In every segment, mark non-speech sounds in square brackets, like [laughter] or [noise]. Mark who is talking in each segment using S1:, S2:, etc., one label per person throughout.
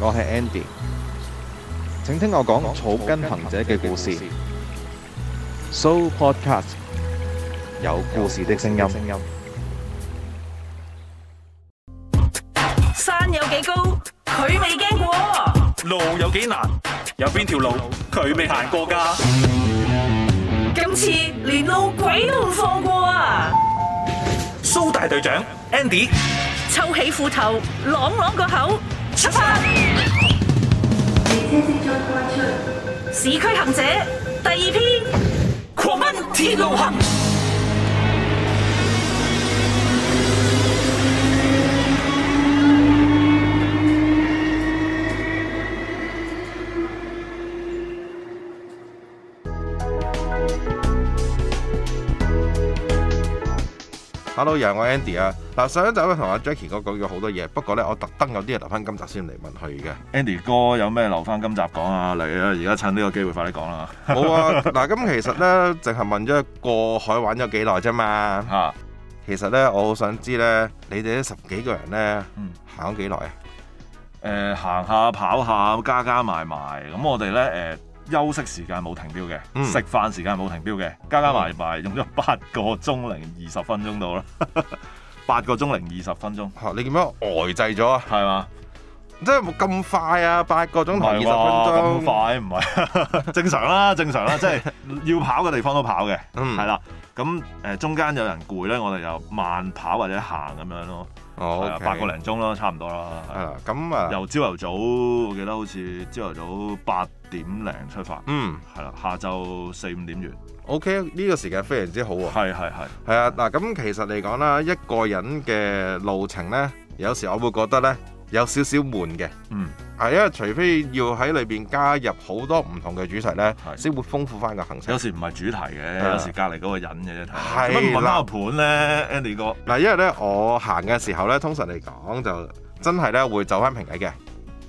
S1: 我係 Andy，請聽我講草根行者嘅故事。So Podcast 有故事的聲音。
S2: 山有幾高，佢未驚過；
S3: 路有幾難，有邊條路佢未行過㗎？
S2: 今次連路鬼都唔放過啊！
S3: 蘇大隊長 Andy
S2: 抽起褲頭，朗朗個口，出發！市區行者第二篇，
S3: 狂奔鐵路行，
S4: Hello，又係我 Andy 啊！嗱，上一集咧同阿 Jackie 哥講咗好多嘢，不過咧我特登有啲嘢留翻今集先嚟問
S1: [laughs]
S4: 佢嘅。
S5: Andy 哥有咩留翻今集講啊？嚟啊！而家趁呢個機會快啲講
S4: [laughs]
S5: 啦
S4: 冇啊，嗱咁其實咧，淨係問咗過海玩咗幾耐啫嘛。
S5: 嚇！
S4: 其實咧，我好想知咧，你哋呢十幾個人咧
S5: 嗯
S4: 行咗幾耐啊？
S5: 誒行下跑下加加埋埋，咁我哋咧誒休息時間冇停標嘅，
S4: 嗯
S5: 食飯時間冇停標嘅，加加埋埋用咗八個鐘零二十分鐘到啦， [laughs] 八個鐘零二十分鐘
S4: 嚇，你點樣呆滯咗啊？
S5: 係嘛？
S4: 真係冇咁快啊！八個鐘
S5: 唔
S4: 頭二
S5: 係
S4: 十
S5: 喎
S4: 分
S5: 咁
S4: 鐘，
S5: 快唔係 [laughs] 正常啦，正常啦，
S4: [laughs]
S5: 即係要跑嘅地方都跑嘅，
S4: 嗯
S5: 係啦。咁誒中間有人攰咧，我哋就慢跑或者行咁樣咯，係
S4: 哦
S5: 啊
S4: OK
S5: 八個零鐘啦，差唔多啦。係
S4: 係啦，咁啊，
S5: 由朝頭早，我記得好似朝頭早八點零出發，
S4: 嗯
S5: 係啦，下晝四五點完，
S4: ，OK，呢個時間非常之好喎。
S5: 係係係，
S4: 係啊，嗱，咁其實嚟講啦，一個人嘅路程呢，有時我會覺得呢，有少少悶嘅，
S5: 嗯，
S4: 係因為除非要喺裏邊加入好多唔同嘅主題呢，
S5: 係
S4: 先會豐富翻個行程
S5: 有。時唔係主題嘅，
S4: 啊
S5: 有時隔離嗰個人嘅啫，
S4: 係
S5: 睇做乜唔問
S4: 啦
S5: 翻個盤咧，Andy 哥，
S4: 嗱，因為呢，我行嘅時候呢，通常嚟講就真係呢會走翻平日嘅，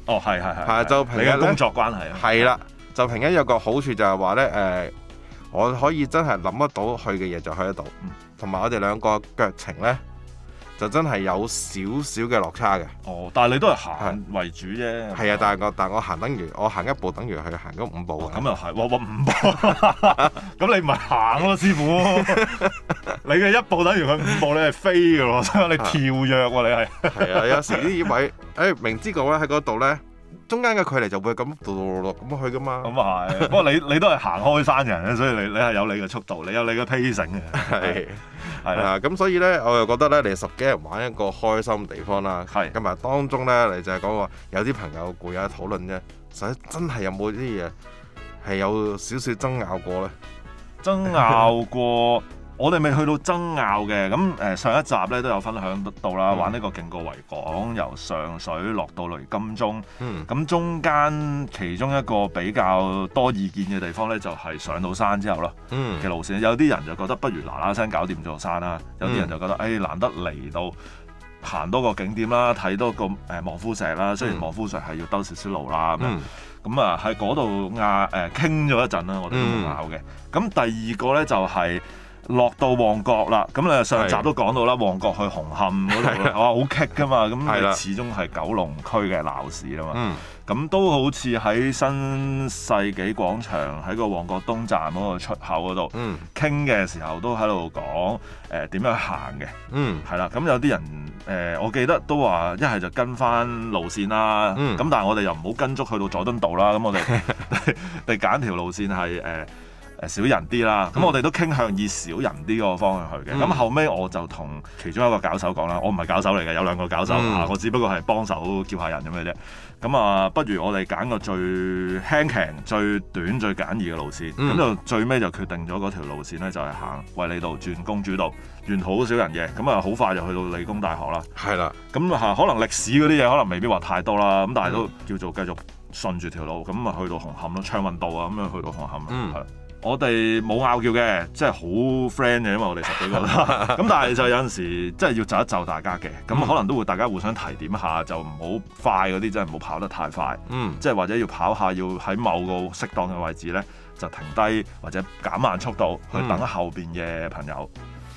S5: 哦係係係，
S4: 下晝平
S5: 你
S4: 日咧
S5: 嘅工作關係啊，
S4: 係啦，就平日有個好處就係話呢，誒、我可以真係諗得到去嘅嘢就去得到
S5: 嗯，
S4: 同埋我哋兩個腳程呢，就真係有少少嘅落差嘅。
S5: 哦，但係你都係行為主啫，
S4: 係啊，但係我但係我行等於我行一步等於佢行咗五步
S5: 哦
S4: 啊。 [laughs]
S5: 咁又係，哇哇五步，咁你唔係行咯，師傅，
S4: [laughs]
S5: 你嘅一步等於佢五步，你係飛嘅喎，所以你跳躍喎，你係。
S4: 係啊，有時啲位，誒、明知個位喺嗰度咧，中間嘅距離就會咁咁去噶嘛。
S5: 咁
S4: [laughs]
S5: 啊係，不過你你都係行開山人咧，所以你你係有你嘅速度，你有你嘅 pacing 嘅，
S4: 係
S5: 係啦，
S4: 啊，咁所以咧，我又覺得咧，你十幾人玩一個開心地方啦。
S5: 係
S4: 咁啊，當中咧，你就係講話有啲朋友攰啊，討論啫。實際真係有冇啲嘢係有少少爭拗過咧？
S5: 爭拗過。我哋未去到爭拗嘅，咁誒上一集咧都有分享得到啦，
S4: 嗯
S5: 玩呢個勁過維港，由上水落到嚟金鐘，
S4: 嗯，
S5: 咁中間其中一個比較多意見嘅地方咧，就係上到山之後咯
S4: 嗯
S5: 嘅，路線，有啲人就覺得不如嗱嗱聲搞掂咗座山啦，有
S4: 嗯
S5: 啲人就覺得誒、哎難得嚟到行多個景點啦，睇多個誒、呃望夫石啦，雖然
S4: 嗯
S5: 望夫石係要兜少少路啦咁樣。
S4: 嗯，
S5: 咁啊喺嗰度嗌誒傾咗一陣啦，我哋都
S4: 嗯
S5: 冇拗嘅。咁、第二個咧就係、落到旺角啦，咁誒上集
S4: 係啊
S5: 都講到啦，旺角去紅磡嗰度啦，哇好棘噶嘛，咁
S4: 係啦
S5: 你始終係九龍區嘅鬧市啊嘛，
S4: 嗯，
S5: 咁、都好似喺新世紀廣場喺個旺角東站嗰個出口嗰度
S4: 嗯，
S5: 傾嘅時候都喺度講誒點樣行嘅，
S4: 嗯，
S5: 係啦，咁有啲人誒、呃我記得都話一係就跟翻路線啦，咁、
S4: 嗯
S5: 但係我哋又唔好跟足去到佐敦道啦，咁我哋
S4: [laughs]
S5: 我哋揀條路線係誒誒少人啲啦，咁、我哋都傾向以少人啲嗰個方向去嘅。咁、
S4: 嗯
S5: 後尾我就同其中一個搞手講啦，我唔係搞手嚟嘅，有兩個搞手、
S4: 嗯
S5: 啊，我只不過係幫手叫下人咁嘅啫。咁啊，不如我哋揀個最輕強、最短、最簡易嘅路線。咁、
S4: 嗯
S5: 就最尾就決定咗嗰條路線咧，就係行衛理道轉公主道，沿途好少人嘅。咁啊，好快就去到理工大學啦。
S4: 係啦，
S5: 咁啊，可能歷史嗰啲嘢可能未必話太多啦。咁但係都叫做繼續順住條路，咁啊去到紅磡咯，暢運道啊，咁樣去到紅磡啦。
S4: 嗯
S5: 係啦我哋冇拗撬嘅，即係好 friend 嘅，因為我哋十幾個啦。咁但係就有陣時，即係要就一就大家嘅。咁可能都會大家互相提點下，就唔好快嗰啲，真係唔好跑得太快。
S4: 嗯，
S5: 即係或者要跑下，要喺某個適當嘅位置呢，就停低或者減慢速度去
S4: 嗯
S5: 等後邊嘅朋友。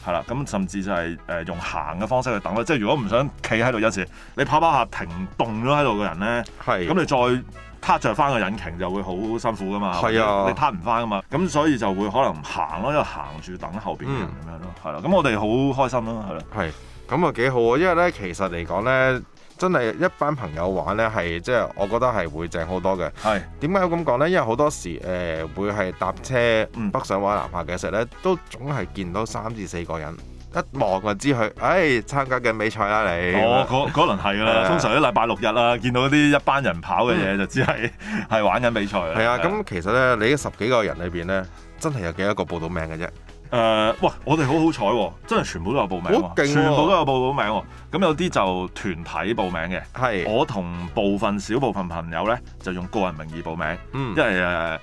S5: 係啦，咁甚至就係誒用行嘅方式去等啦。即係如果唔想企喺度，有時你跑跑下停動咗喺度個人咧，
S4: 係
S5: 咁你再撻着翻個引擎就會好辛苦噶嘛。
S4: 係啊
S5: 你撻唔翻噶嘛，咁所以就會可能唔行咯，因為行住等後邊嘅人
S4: 嗯
S5: 咁樣咯，係啦。咁我哋好開心咯，係啦。
S4: 係咁啊幾好啊！因為咧，其實嚟講咧，真係一班朋友玩咧，係即係我覺得係會正好多嘅。
S5: 係
S4: 點解咁講呢？因為好多時誒、呃、會係搭車
S5: 嗯
S4: 北上或者南下嘅時候呢，都總係見到三至四個人，一望就知佢，唉、參加緊比賽啦你。
S5: 我嗰嗰輪係
S4: 係
S5: 㗎
S4: 啊嗯
S5: 啦，通常啲禮拜六日啊，見到啲一班人跑嘅嘢就只係 [laughs] 係玩緊比賽啦。
S4: 係啊，咁其實呢，你十幾個人裏邊呢，真係有幾多個報到名嘅啫？
S5: 誒、哇！我哋好好彩喎，真係全部都有報名
S4: 好
S5: 喎，
S4: 勁喎
S5: 全部都有報到名喎。咁有啲就團體報名嘅，
S4: 係，
S5: 我同部分少部分朋友咧就用個人名義報名，
S4: 嗯
S5: 因，為誒。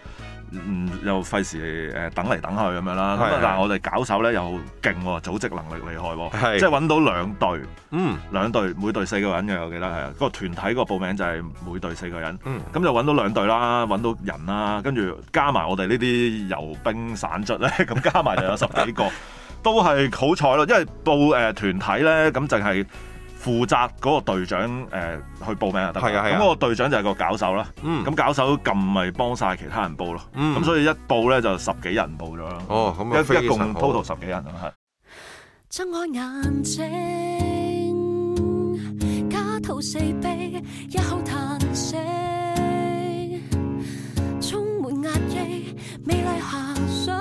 S5: 嗯，又費事誒等嚟等去咁樣啦。咁
S4: 係
S5: 啊
S4: 係
S5: 但係我哋搞手咧又勁喎，組織能力厲害
S4: 係
S5: 喎，即係揾到兩隊，
S4: 嗯，
S5: 兩隊每隊四個人嘅，我記得係啊。嗰個團體個報名就係每隊四個人，咁、
S4: 嗯
S5: 就揾到兩隊啦，揾到人啦，跟住加埋我哋呢啲遊兵散卒咧， [laughs] 咁加埋就
S4: [laughs]
S5: 有十幾個，都係好彩咯。因為報誒、呃、團體咧，咁淨係負責嗰個隊長誒、呃去報名就得啦。
S4: 係啊係啊
S5: 咁嗰個隊長就係個搞手啦。
S4: 嗯，
S5: 咁搞手撳咪幫晒其他人報咯。
S4: 嗯
S5: 咁所以一報咧就十幾人報咗咯。
S4: 哦，咁啊，
S5: 一
S4: 非
S5: 一共
S4: 常好
S5: total 十幾人啊，係。
S6: 睜開眼睛，家徒四壁，一口嘆息，充滿壓抑，美麗遐想，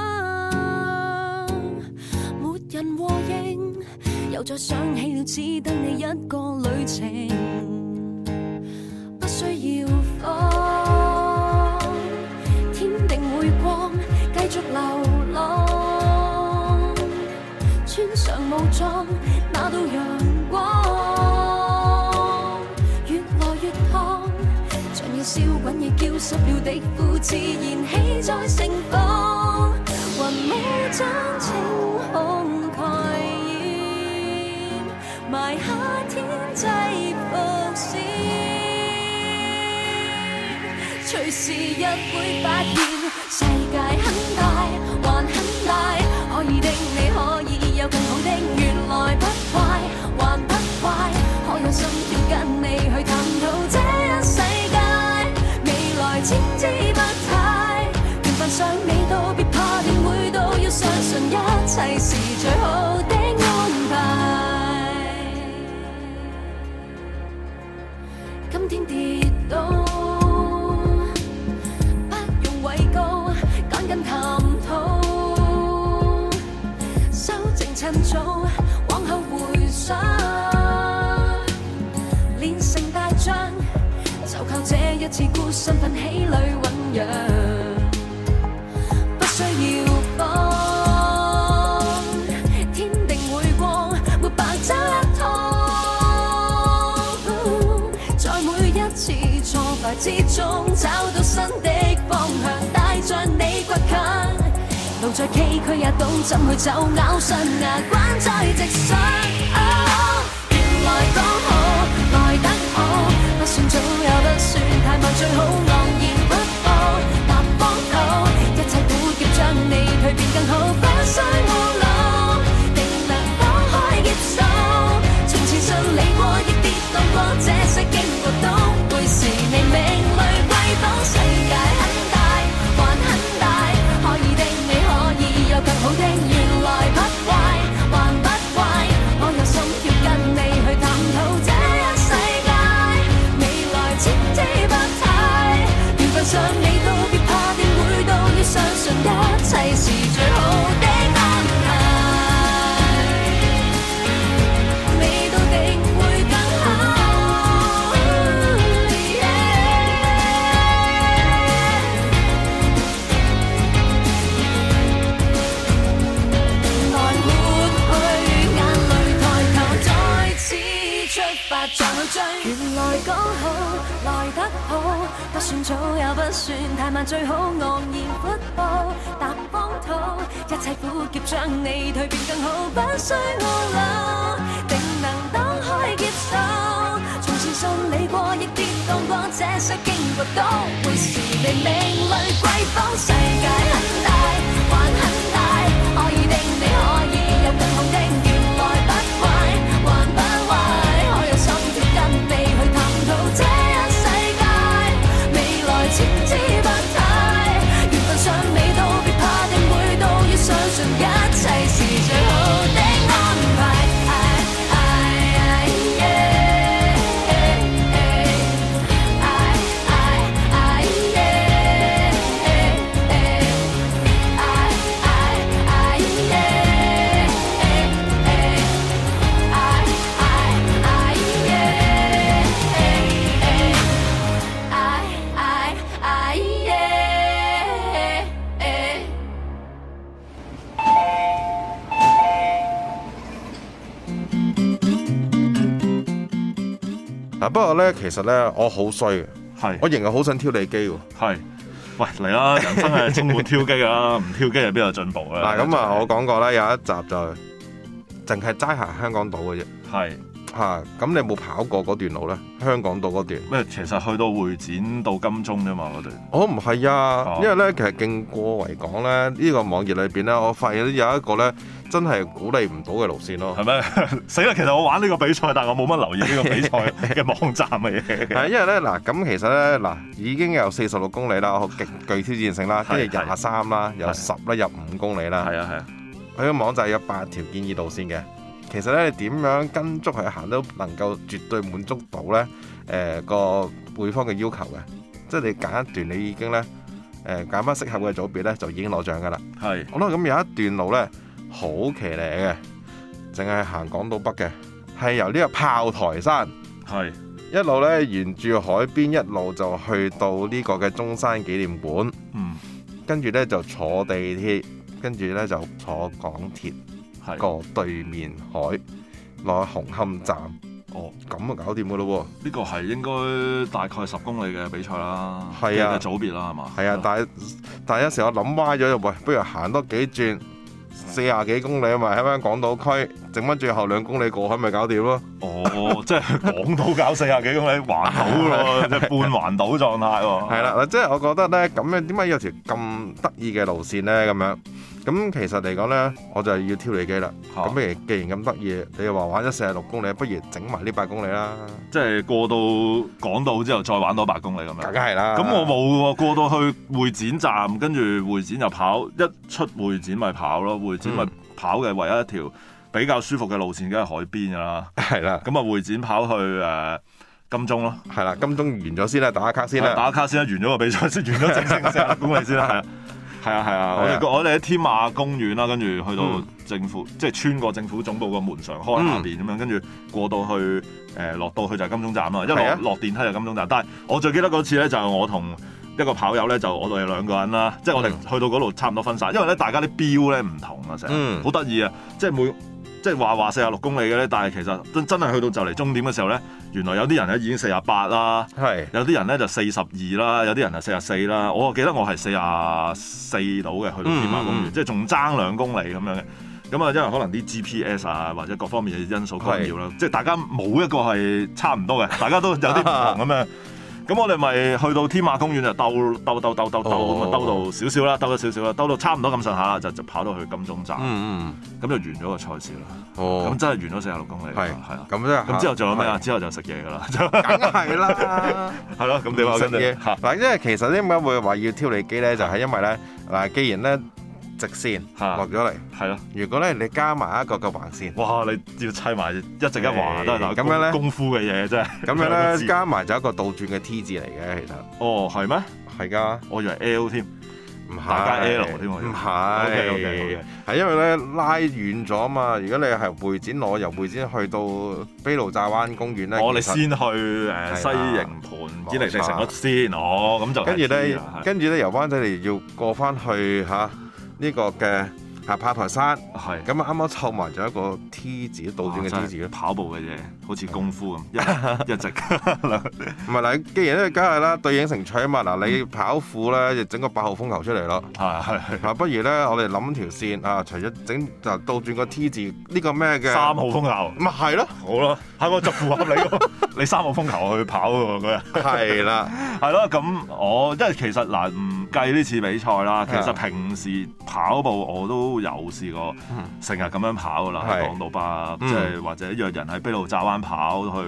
S6: 沒人和應，又再想起了只得你一個旅程，不需要慌，天定會光，繼續流浪。穿上武裝，那道陽光越來越燙，像要燒滾已焦濕了的褲，自然起再盛放，還未將晴空蓋掩，埋夏天制服線。隨時一會發現世界很大，還很大，可以的你可以有更好的，原來不快，還不快，可有心跳跟你去探討這一世界，未來千姿百態，緣分上你都別怕，定會到，要相信一切是最好的安排。今天跌倒，不用畏高，趕緊探討，修正趁早，往後回想，練成大將，就靠這一次孤身奮起裏醖釀，不需要慌，天定會光，沒白走一趟。在每一次挫敗之中，找到新的方向，帶着你倔強。路再崎嶇也懂怎去走，咬實牙關再直上。哦原來剛好，來得好，不算早也不算太慢，最好昂然不步，踏荒土，一切苦澀將你蛻變更好，不需懊惱，定能躲開劫數。從前信你過，亦跌宕過，這些經過都會是你命裏瑰寶。世界很大，還很大，可以的你可以有更好的，原來不壞，還不壞。我有心跳跟你去探討這一世界，未來千姿百態。緣分上你都別怕，定會到，要相信一切是最好的安排。你都定會更好。來抹去眼淚，抬頭再次出發，再去追。原來講好，來得好，不算早也不算太慢，最好昂然闊步，踏荒土，一切苦澀將你蛻變更好，不需懊惱，定能擋開劫數。從前信你過，亦跌宕過，這些經過都會是你命裏瑰寶。世界很大，還很大。可以的，你可以有更好的，
S4: 嗱，啊不過咧，其實咧，我好衰嘅，
S5: 係
S4: 我仍然好想挑你機喎。
S5: 係。喂，嚟啦！人生係充滿挑機㗎啦，唔挑機係邊有進步啊？
S4: 嗱，咁啊，我講過啦，有一集就淨係齋行香港島嘅啫。
S5: 係
S4: 嚇、咁你有冇跑過嗰段路咧？香港島嗰段？
S5: 咩？其實去到會展到金鐘啫嘛，嗰段
S4: 我唔係啊
S5: 哦，
S4: 因為咧，其實勁過維港咧，呢、個網頁裏邊咧，我發現有一個咧，真係鼓勵唔到嘅路線咯。
S5: 係咪？ [laughs] 死啦！其實我玩呢個比賽，但我冇乜留意呢個比賽嘅網站嘅
S4: [laughs]
S5: 嘢。
S4: 係因為咧嗱，咁其實咧嗱，已經有四十六公里啦，我極
S5: [laughs]
S4: 具挑戰性啦，
S5: 係
S4: 跟住廿三啦，有十啦，有五公里啦。
S5: 係啊係啊，
S4: 佢個網站有八條建議路線嘅。其實咧，你點樣跟足佢行都能夠絕對滿足到咧誒、個配方嘅要求嘅，即係你揀一段你已經咧誒揀翻適合嘅組別咧，就已經攞獎㗎啦。
S5: 係
S4: 好啦，咁有一段路咧好騎呢嘅，淨係行港島北嘅，係由呢個炮台山
S5: 係
S4: 一路咧沿住海邊一路就去到呢個嘅中山紀念館，
S5: 嗯
S4: 跟住咧就坐地鐵，跟住咧就坐港鐵
S5: 係
S4: 過對面海。落去紅磡站，
S5: 哦。
S4: 咁就啊搞掂噶咯
S5: 呢個係應該大概十公里嘅比賽啦，
S4: 係啊
S5: 嘅組別啦，係嘛？
S4: 喎。係啊，但係但係有時我諗歪咗，就喂，不如行多幾轉，四廿幾公里啊嘛，喺翻港島區，剩翻最後兩公里過海咪搞掂咯。
S5: 哦， [laughs] 即係港島搞四廿幾公里環
S4: [laughs]
S5: 島咯，即係半環島狀態喎。
S4: 係啦，，啊嗱即係我覺得咧，咁樣點解有條咁得意嘅路線咧？咁樣咁其實嚟講咧，我就要挑你機啦。
S5: 嚇
S4: 咁不如既然咁得意，你又話玩咗四十六公里，不如整埋呢八公里啦，
S5: 即係過到港島之後再玩多八公里咁
S4: 梗
S5: 樣。
S4: 係啦。
S5: 咁我冇喎，過到去會展站，跟住會展就跑，一出會展咪跑咯，會展咪
S4: 嗯
S5: 跑嘅唯一一條比較舒服嘅路線，梗係海邊㗎啦。
S4: 係啦，
S5: 咁啊，會展跑去誒、呃金鐘咯。
S4: 係啦，金鐘完咗先啦，打下卡先啦。
S5: 打卡先啦，完咗個比賽先，完咗正式四十公里先 [laughs] 啦，係啊。係啊係啊，我
S4: 係啊
S5: 哋我哋喺天馬公園啦，跟住去到
S4: 嗯
S5: 政府，即係穿過政府總部個門上開下邊咁樣，跟住過到去誒、落到去就係金鐘站啦，一
S4: 係
S5: 落
S4: 啊
S5: 落電梯就係金鐘站。但係我最記得嗰次咧，就係我同一個跑友咧，就我哋兩個人啦，即係我哋去到嗰度差唔多分散，因為咧大家啲標咧唔同啊，成日
S4: 嗯
S5: 好得意啊，即係每即係話話四十六公里嘅咧，但係其實真真係去到就嚟終點嘅時候咧，原來有啲人咧已經四十八啦。
S4: 係
S5: 有啲人咧就四十二啦，有啲人係四十四啦。我記得我係四十四到嘅，去到天馬公園，
S4: 嗯嗯
S5: 即係仲爭兩公里咁樣嘅。咁啊，因為可能啲 GPS 啊，或者各方面嘅因素干擾啦，即係大家冇一個係差唔多嘅，大家都有啲唔同咁樣。咁我哋咪去到天馬公園就兜兜兜兜兜兜咁啊，
S4: 哦
S5: 兜到少少啦，兜咗少少啦，兜到差唔多咁上下啦，就就跑到去金鐘站，咁、
S4: 嗯嗯
S5: 就完咗個賽事啦。咁、
S4: 哦，
S5: 真係完咗四十六公里啦，
S4: 係
S5: 係啊。
S4: 咁即係
S5: 咁之後仲有咩啊？？之後就食嘢
S4: [laughs]
S5: 㗎啦，就係
S4: 梗係
S5: [laughs]
S4: 啦。
S5: 咯。咁點啊？
S4: 食
S5: 跟住
S4: 嘢
S5: 嚇
S4: 嗱，因為其實點解會話要挑你機咧，就係因為咧嗱，既然咧直線
S5: 嚇
S4: 落咗嚟，
S5: 係咯。
S4: 如果咧你加埋一個嘅橫線。
S5: 哇！你要砌埋一直一橫啊都係嗱
S4: 咁樣呢
S5: 功夫嘅嘢真係 [laughs]
S4: 咁樣
S5: 兩個字
S4: 咧，加埋就一個倒轉嘅 T 字嚟嘅，其實
S5: 哦係咩？
S4: 係噶，
S5: 我以為 L 添，
S4: 唔係
S5: 大家 L 添我以為
S4: 唔
S5: OK，OK，OK
S4: 係，係因為咧拉遠咗嘛。如果你係會展，我由會展去到卑路乍灣公園咧，
S5: 我哋
S4: 其
S5: 哦先
S4: 實哦
S5: 去誒西營盤堅尼地城嗰先，哦咁就
S4: 跟住咧，
S5: 跟
S4: 跟住咧由灣仔嚟要過翻去嚇呢個嘅嚇炮台山，
S5: 係
S4: 咁啊啱啱湊埋咗一個 T 字倒轉嘅 T 字
S5: 哦真係
S4: 咯。
S5: 跑步嘅嘢，好似功夫
S4: [laughs]
S5: 咁一一直 [laughs]
S4: 唔係嗱，既然咧，梗係啦，對影成趣啊嘛。嗱，
S5: [laughs]
S4: 你跑褲咧，就整個八號風球出嚟咯。
S5: 係係
S4: 啊嗱，不如咧，我哋諗條線啊，除咗整就倒轉個 T 字呢個咩嘅，
S5: 三號風球。
S4: 咪係咯，
S5: 好咯，係喎，就符合你
S4: [laughs]
S5: 喎。你三號風球去跑喎嗰日，
S4: 係啦，
S5: 係咯。咁我因為其實嗱，唔計呢次比賽啦，其
S4: 啊
S5: 實平時跑步我都有試過。成日咁樣跑噶啦，喺
S4: 嗯係
S5: 港島巴，
S4: 嗯
S5: 即係或者約人喺卑路乍灣跑去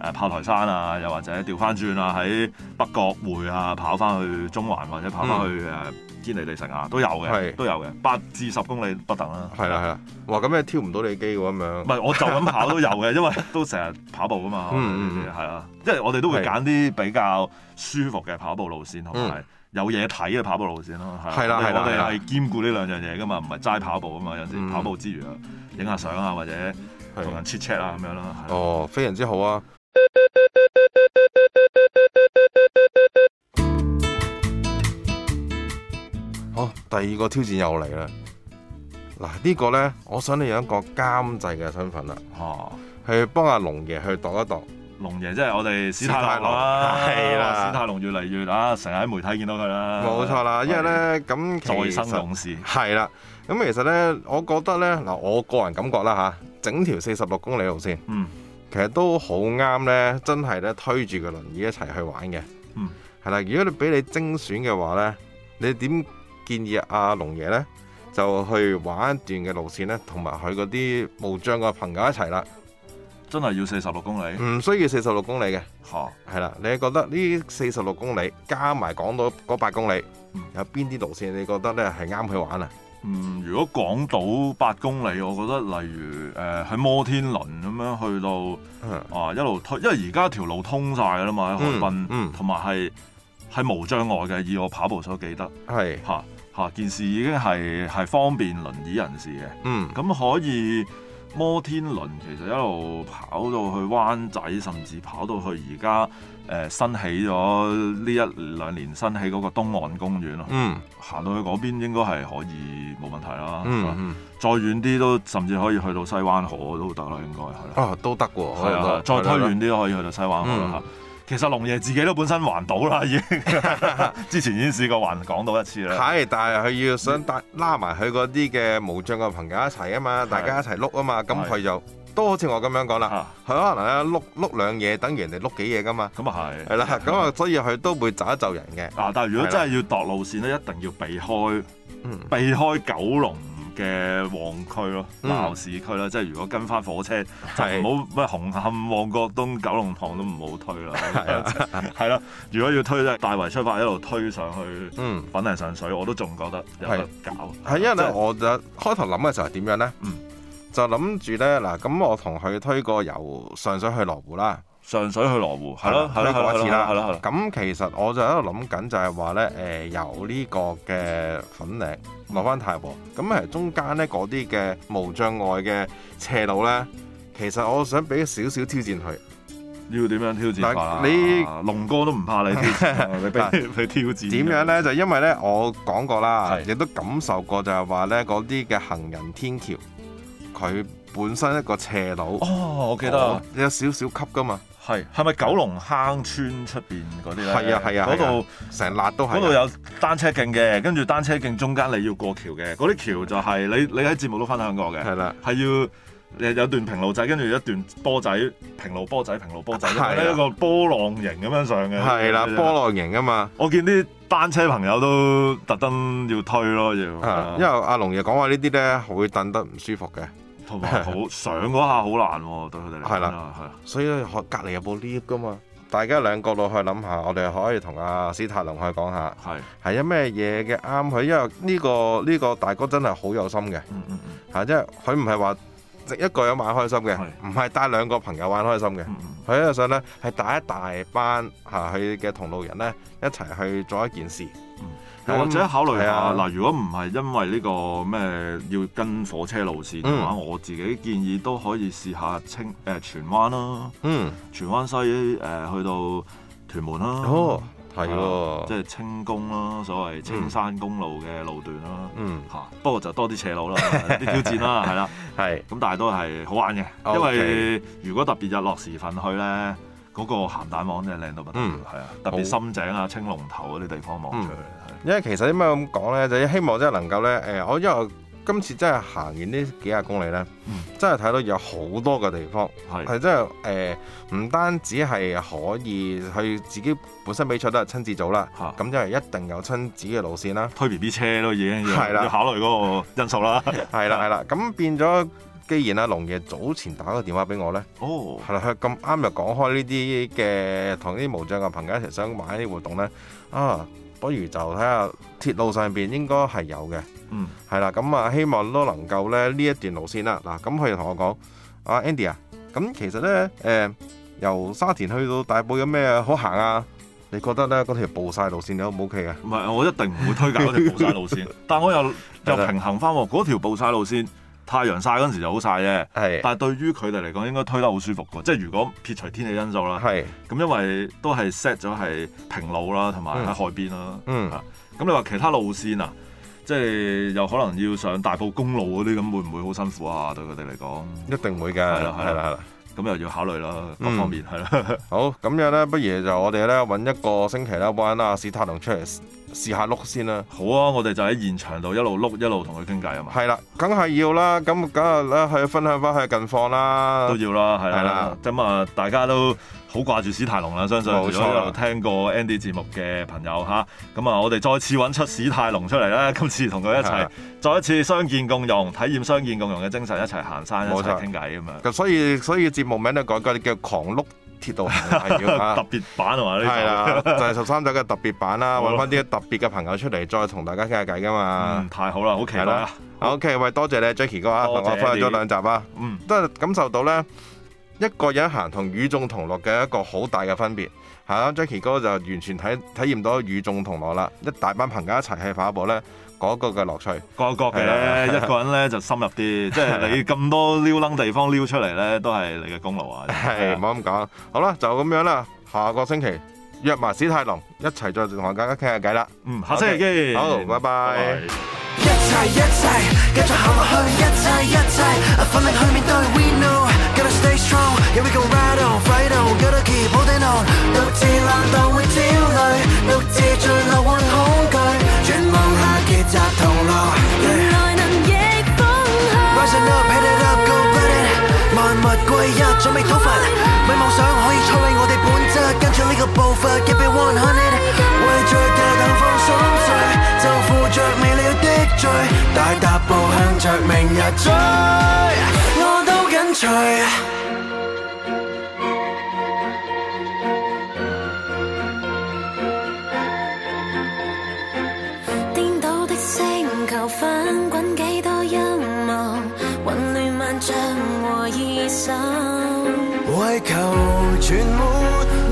S5: 誒炮台山啊，又或者調翻轉啊喺北角匯啊跑翻去中環或者跑翻去呃誒堅尼地城啊，都有嘅，
S4: 嗯係
S5: 都有嘅，八至十公里不等啦。
S4: 係啦，係啦。哇，咁你挑唔到你機喎咁
S5: 唔
S4: 樣。
S5: 係，我就咁跑都有嘅，因為 [laughs] 都成日跑步噶嘛，我哋
S4: 嗯嗯
S5: 呢啲係啊，因為我哋都會
S4: 係
S5: 揀啲比較舒服嘅跑步路線同埋有嘢睇嘅跑步路線咯，啊
S4: 嗯係啦
S5: 我哋
S4: 係啦
S5: 我哋
S4: 係啦
S5: 係兼顧呢兩樣嘢噶嘛，唔係齋跑步啊嘛，有時
S4: 嗯
S5: 跑步之餘啊，影下相啊，或者同人 chit chat 啊咁樣啦，係啊
S4: 哦，非常之好啊！好，第二個挑戰又嚟啦。嗱，呢個呢，我想你有一個監製嘅身份啦，
S5: 哦，
S4: 去幫阿龍爺去度一度，
S5: 龍爺，即係我哋史泰龍啦，
S4: 史泰龍係啦
S5: 史泰龍越嚟越啊，成日喺媒體見到佢啦，
S4: 冇錯啦，因為咧咁其
S5: 啊再
S4: 實
S5: 生勇士，
S4: 係啦，咁其實咧，我覺得咧嗱，我個人感覺啦嚇，整條四十六公里路線
S5: 嗯，
S4: 其實都好啱咧，真係咧推住個輪椅一齊去玩嘅。
S5: 嗯，
S4: 係啦，如果你俾你精選嘅話咧，你點建議阿龍爺咧就去玩一段嘅路線咧，同埋佢嗰啲無障嘅朋友一齊啦，
S5: 真係要四十六公里
S4: 唔需要四十六公里嘅。
S5: 嚇，
S4: 係啦，你覺得呢四十六公里加埋港島嗰八公里
S5: 嗯，
S4: 有邊啲路線你覺得咧係啱去玩啊？
S5: 嗯，如果港島八公里，我覺得例如誒喺摩天輪咁樣去到。
S4: 嗯
S5: 啊，一路推，因為而家條路通晒㗎啦嘛，喺
S4: 嗯
S5: 海濱，
S4: 嗯
S5: 同埋係係無障礙嘅。以我跑步所記得，
S4: 係，
S5: 嚇、嚇、件事已經係係方便輪椅人士嘅，
S4: 嗯，
S5: 咁可以摩天輪其實一路跑到去灣仔，甚至跑到去而家誒新起咗呢一兩年新起嗰個東岸公園咯，
S4: 嗯，
S5: 行、到去嗰邊應該係可以冇問題啦。
S4: 嗯，
S5: 啊
S4: 嗯，
S5: 再遠啲都甚至可以去到西灣河都得啦，應該係啦。
S4: 啊，都得喎，
S5: 係
S4: 可
S5: 啊，
S4: 能都
S5: 再推遠啲可以去到西灣河啦
S4: 嗯
S5: 嚇。其實龍爺自己都本身環島啦，已經 [laughs] 之前已經試過環港島一次啦。
S4: 係，但係佢要想帶拉埋佢嗰啲嘅無障嘅朋友一齊啊嘛，大家一齊碌啊嘛，咁
S5: 係
S4: 佢就都好似我咁樣講啦，
S5: 啊，
S4: 佢可能咧碌碌兩嘢，等於人哋碌幾嘢噶嘛，
S5: 咁啊係。
S4: 係啦，咁啊，所以佢都會就一就人嘅，
S5: 嗱，但係如果
S4: 係啦
S5: 真係要度路線咧，一定要避開
S4: 嗯，
S5: 避開九龍嘅旺區咯，
S4: 嗯
S5: 鬧市區啦。即係如果跟翻火車，就
S4: 係
S5: 唔好咩紅磡、旺角東、九龍塘都唔好推啦。
S4: 係啊，
S5: 係啦，如果要推咧，大圍出發一路推上去
S4: 嗯。
S5: 粉嶺上水，我都仲覺得有得搞。
S4: 係因為
S5: 即
S4: 咧，我就開頭諗嘅時候係點樣呢？
S5: 嗯
S4: 就諗住呢，嗱，咁我同佢推過由上水去羅湖啦，
S5: 上水去羅湖，係咯，係
S4: 推
S5: 咯，
S4: 過一次啦，
S5: 係咯，係咯。
S4: 咁其實我就喺度諗緊就係話呢，誒、由呢個嘅粉嶺落翻太和，咁誒中間呢嗰啲嘅無障礙嘅斜路呢，其實我想俾少少挑戰佢。
S5: 嗯要點樣挑戰法啊
S4: 嗱你
S5: 龍哥都唔怕 [laughs] 你挑戰啊，你俾俾挑戰
S4: 點樣？呢？就因為呢，我講過啦，
S5: 係
S4: 亦都感受過就係話呢嗰啲嘅行人天橋，佢本身一個斜路。
S5: 哦，我記得啦，
S4: 有少少級噶嘛，
S5: 係係咪九龍坑村出邊嗰啲咧？
S4: 係啊係啊係
S5: 嗰度
S4: 成辣都係。
S5: 嗰度有單車徑嘅，跟住單車徑中間你要過橋嘅，嗰啲橋就係你你喺節目都分享過嘅，
S4: 係啦，
S5: 係要。誒有段平路仔，跟住一段波仔，平路波仔，平路波仔，
S4: 係
S5: 咁
S4: 啊
S5: 樣一個波浪形咁樣上嘅。
S4: 係啦，
S5: 你知唔知啊
S4: 波浪形啊嘛，
S5: 我見啲單車朋友都特登要推咯，要。
S4: 啊因為阿龍爺講話呢啲咧會蹬得唔舒服嘅，
S5: 同埋
S4: [laughs]
S5: 好上嗰下好難喎，對佢哋嚟講
S4: 係啦
S5: 啊係啊
S4: 所以學隔離有部 lift 噶嘛。大家兩個落去諗下，我哋可以同阿史泰龍去講下，
S5: 係，
S4: 係有咩嘢嘅啱佢，因為呢、個呢、個大哥真係好有心嘅，
S5: 嗯嗯嗯
S4: 嚇，因為佢唔係話即一個人玩開心嘅
S5: 係，
S4: 唔係帶兩個朋友玩開心嘅，
S5: 嗯嗯，
S4: 佢喺度想咧係帶一大班嚇佢嘅同路人咧一齊去做一件事，
S5: 又或者考慮
S4: 係
S5: 下
S4: 啊
S5: 嗱，如果唔係因為呢個咩要跟火車路線嘅話，
S4: 嗯
S5: 我自己建議都可以試下清誒荃灣啦，
S4: 嗯。
S5: 荃灣西誒去到屯門啦，
S4: 哦，係
S5: 啊
S4: 喎，
S5: 即係青公啦，所謂青山公路嘅路段啦。
S4: 嗯
S5: 嚇，不過就多啲斜路啦，啲挑
S4: [laughs]
S5: 戰啦，係啦，
S4: 係
S5: 咁但係都係好玩嘅，因
S4: OK
S5: 為如果特別日落時分去咧，嗰、個鹹蛋網真係靚到不得了，
S4: 嗯
S5: 係啊、特別深井啊、青龍頭嗰啲地方望出去，係
S4: 因為其實點解咁講咧，就希望真係能夠咧，誒、我因為我今次真係行完呢幾廿公里咧，
S5: 嗯
S4: 真係睇到有好多嘅地方，
S5: 係
S4: 係真係誒，唔、單止係可以去自己本身比賽都係親子組啦，
S5: 嚇
S4: 咁因為一定有親子嘅路線啦，
S5: 推 B B 車都已經要
S4: 係啦
S5: 要考慮嗰個因素啦。
S4: 係啊啦係啦，咁變咗。既然阿龍爺早前打個電話俾我咧，
S5: 哦，
S4: 係啦，佢咁啱又講開呢啲嘅同啲無障嘅朋友一齊想玩呢啲活動咧，啊，不如就睇下鐵路上邊應該係有嘅。
S5: 嗯，
S4: 係啦，咁啊，希望都能夠咧呢一段路線啦。嗱，咁佢就同我講，啊 Andy 啊，咁其實呢，誒、由沙田去到大埔有咩好行啊？你覺得呢嗰條暴晒路線你 O 唔 OK 啊？
S5: 唔係我一定唔會推介嗰條暴曬
S4: [laughs]
S5: 路線，但我又又平衡翻喎，嗰條暴曬路線太陽曬嗰陣時就好曬啫。
S4: 係
S5: 但係對於佢哋嚟講，應該推得好舒服嘅，即係如果撇除天氣因素啦，
S4: 係
S5: 咁因為都係 set 咗係平路啦，同埋喺
S4: 嗯
S5: 海邊啦。
S4: 嗯
S5: 啊咁你話其他路線啊，即係有可能要上大埔公路嗰啲，咁會唔會好辛苦啊？對佢哋嚟講，
S4: 一定會㗎，
S5: 係啦係啦
S4: 係啦
S5: 咁又要考慮
S4: 嗯
S5: 啦，各方面係啦。 [laughs]
S4: 好，咁樣咧，不如就我哋咧揾一個星期啦，揾阿史塔龍出嚟試試下碌先啦。
S5: 好啊，我哋就喺現場度一路碌一路同佢傾偈啊嘛，
S4: 係啦，梗係要啦，咁梗係啦，去分享翻佢嘅近況啦
S5: 都。要啦，係
S4: 啊係
S5: 啦
S4: 啦。
S5: 咁啊，大家都好掛住史泰龍啦，相信
S4: 冇錯
S5: 如果有聽過 Andy 節目嘅朋友吓，咁啊，我哋再次揾出史泰龍出嚟啦， [laughs] 今次同佢
S4: 係
S5: 一齊
S4: 啊
S5: 再一次相見共融，體驗相見共融嘅精神，一齊行山，一
S4: 冇
S5: 齊
S4: 錯
S5: 傾偈咁啊樣。
S4: 咁所以所以節目名都改改叫狂碌鐵道行係要
S5: [laughs]
S4: 啊
S5: 特。別版係嘛呢
S4: 係
S5: 首？
S4: 啦，啊就係十三仔嘅特別版啦，
S5: 好啊
S4: 揾翻啲特別嘅朋友出嚟，再同大家傾下偈噶嘛
S5: 嗯，。太好啦，好期待
S4: 係
S5: 啊
S4: 啦！OK，喂，多謝你 Jackie 哥啊，同
S5: 多謝
S4: 我分享
S5: Andy
S4: 咗兩集啊，
S5: 嗯，
S4: 都係感受到呢一個人行同與眾同樂嘅一個好大嘅分別。係啊，Jackie 哥就完全體體驗到與眾同樂啦，一大班朋友一齊去跑步呢，嗰、個嘅樂趣。
S5: 各各嘅咧，一個人咧就深入啲，即係你咁多撩楞地方撩出嚟咧，都係你嘅功勞啊！
S4: 係，唔好咁講。好啦，就咁樣啦，下個星期約埋史泰龍一齊再同大家傾下偈啦。
S5: 嗯，下星期見。
S4: 好拜拜
S7: 一切一切，繼續行落去，一切一切，奮力去面對。We know, gotta stay strong, yeah we go right on, fight on, gotta keep holding on。獨自冷淡會焦慮，獨自墜落會恐懼，轉望下結集同樂。
S6: 原
S7: yeah
S6: 來能逆風向。
S7: Rising up, head it up, go get it。萬物歸一，準備討伐，美夢想可以摧毀我哋本質，跟住呢個步伐，keep it one hundred。為着大膽放鬆碎，就負着未了的罪，大踏步向着明日追，我都緊隨。
S6: 顛倒的星球翻滾幾多陰謀，混亂萬象和異獸。
S7: 為求全沒，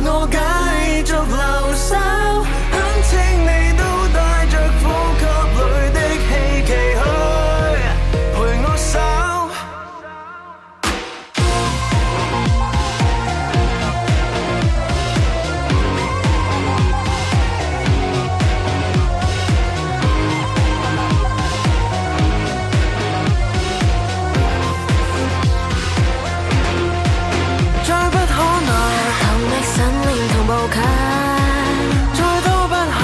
S7: 我繼續留守。懇請你都帶着呼吸裏的希冀去陪我守。再不可能，
S6: 同覓信念同步近，
S7: 再都不行，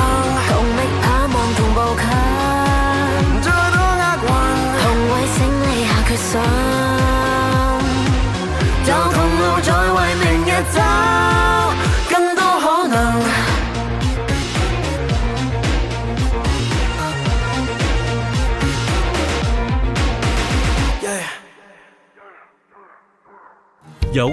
S6: 同覓盼望同步近，
S7: 再多厄運，
S6: 同為勝利下決心。
S7: 有同路再為明日走，更多可能。Yeah.
S8: 有